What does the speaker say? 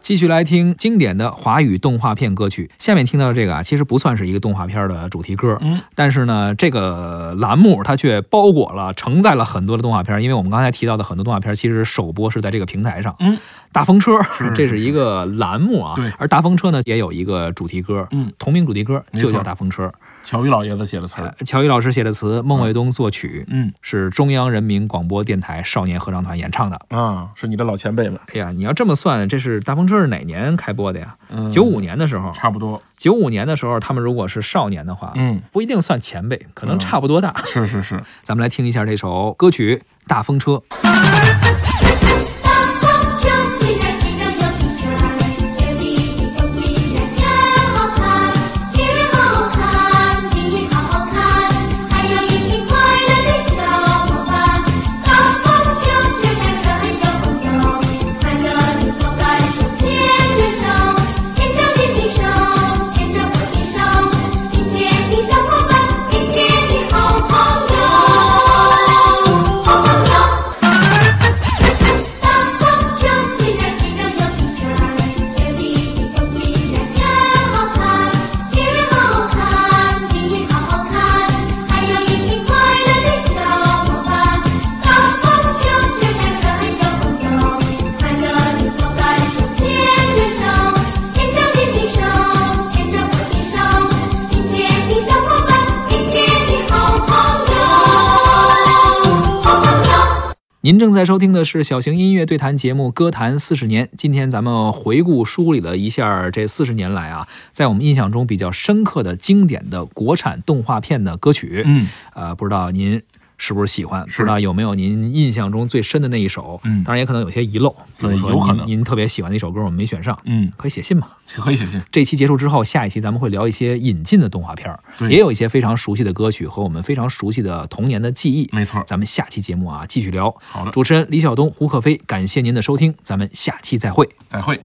继续来听经典的华语动画片歌曲。下面听到这个啊，其实不算是一个动画片的主题歌，嗯，但是呢，这个栏目它却包裹了、承载了很多的动画片，因为我们刚才提到的很多动画片，其实首播是在这个平台上。嗯，大风车是这是一个栏目啊，对而大风车呢也有一个主题歌，嗯，同名主题歌没就错叫大风车，呃乔宇老爷子写的词儿，乔伊老师写的词，孟卫东作曲，嗯是中央人民广播电台少年合唱团演唱的。啊，是你的老前辈们，哎呀，你要这么算，这是大风车是哪年开播的呀？嗯九五年的时候，差不多，九五年的时候，他们如果是少年的话，嗯，不一定算前辈，可能嗯差不多大。是是是，咱们来听一下这首歌曲《大风车》。大风车吹呀吹呀又一圈儿，这里的风景呀真好看，天也好看，地也好看，还有一群快乐的小伙伴。大风车吹呀吹呀又又，快乐的伙伴手牵着手，牵着你的手，牵着我的手，今天的小伙伴，明天的好朋友，好朋友。大风车吹呀吹呀又一圈儿，这里的风景呀真好看，天也好看，地也好看，还有一群快乐的小伙伴。大风车吹呀吹呀又又，快乐的伙伴手牵着手，牵着你的手，牵着我的手，今天的小伙伴，明天的好朋友，好朋友。您正在收听的是小型音乐对谈节目《歌坛四十年》。今天咱们回顾梳理了一下这四十年来啊，在我们印象中比较深刻的经典的国产动画片的歌曲。嗯，呃，不知道您是不是喜欢？不是知道有没有您印象中最深的那一首？嗯当然也可能有些遗漏，比如对说有可您能您特别喜欢的一首歌我们没选上，嗯，可以写信嘛。可以写信，这期结束之后，下一期咱们会聊一些引进的动画片儿，对也有一些非常熟悉的歌曲和我们非常熟悉的童年的记忆。没错咱们下期节目啊继续聊。好的主持人李晓东、胡可飞，感谢您的收听，咱们下期再会。再会。